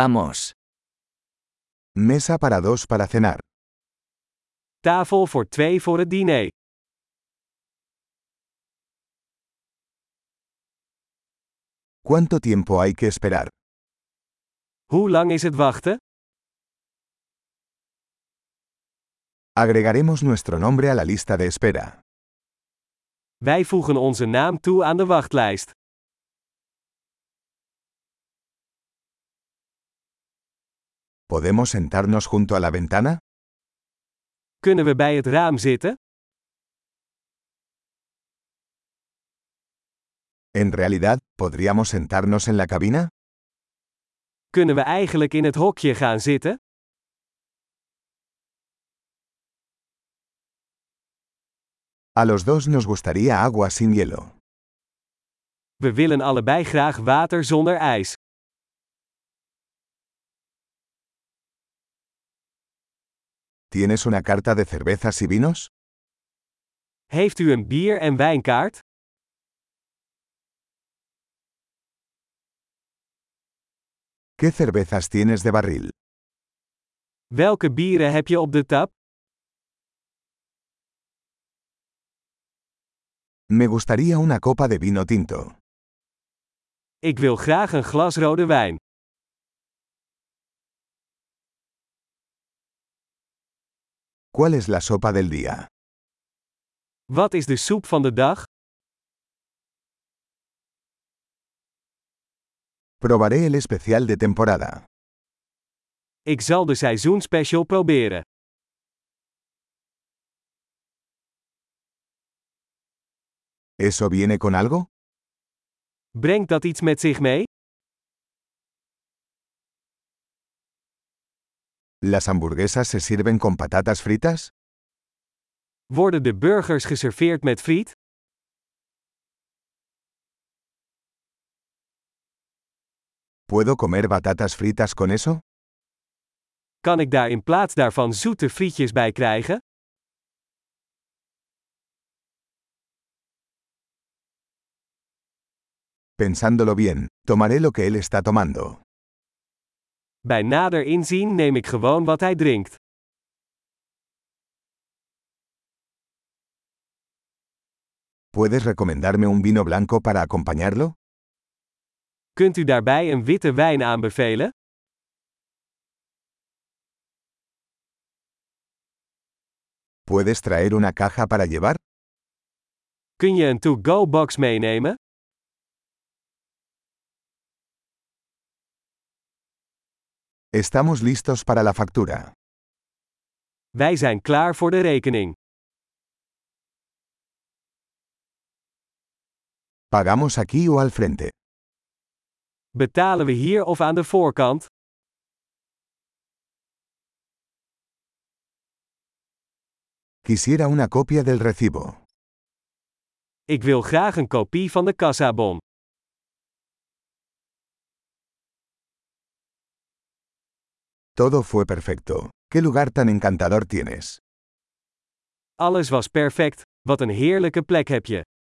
Vamos. Mesa para dos para cenar. Tafel voor twee voor het diner. ¿Cuánto tiempo hay que esperar? Hoe lang is het wachten? Agregaremos nuestro nombre a la lista de espera. Wij voegen onze naam toe aan de wachtlijst. ¿Podemos sentarnos junto a la ventana? Kunnen we bij het raam zitten? En realidad, ¿podríamos sentarnos en la cabina? Kunnen we eigenlijk in het hokje gaan zitten? A los dos nos gustaría agua sin hielo. We willen allebei graag water zonder ijs. ¿Tienes una carta de cervezas y vinos? Heeft u een bier- en wijnkaart? ¿Qué cervezas tienes de barril? Welke bieren heb je op de tap? Me gustaría una copa de vino tinto. Ik wil graag een glas rode wijn. ¿Cuál es la sopa del día? Wat is de soep van de dag? Probaré el especial de temporada. Ik zal de seizoenspecial proberen. ¿Eso viene con algo? Brengt dat iets met zich mee? ¿Las hamburguesas se sirven con patatas fritas? Worden de burgers geserveerd met friet? ¿Puedo comer batatas fritas con eso? Kan ik daar in plaats daarvan zoete frietjes bij krijgen? Pensándolo bien, tomaré lo que él está tomando. Bij nader inzien neem ik gewoon wat hij drinkt. ¿Puedes recomendarme un vino blanco para acompañarlo? Kunt u daarbij een witte wijn aanbevelen? ¿Puedes traer una caja para llevar? Kun je een to-go box meenemen? Estamos listos para la factura. Wij zijn klaar voor de rekening. ¿Pagamos aquí o al frente? Betalen we hier of aan de voorkant? Quisiera una copia del recibo. Ik wil graag een kopie van de kassabon. Todo fue perfecto. ¿Qué lugar tan encantador tienes? Alles was perfect. Wat een heerlijke plek heb je.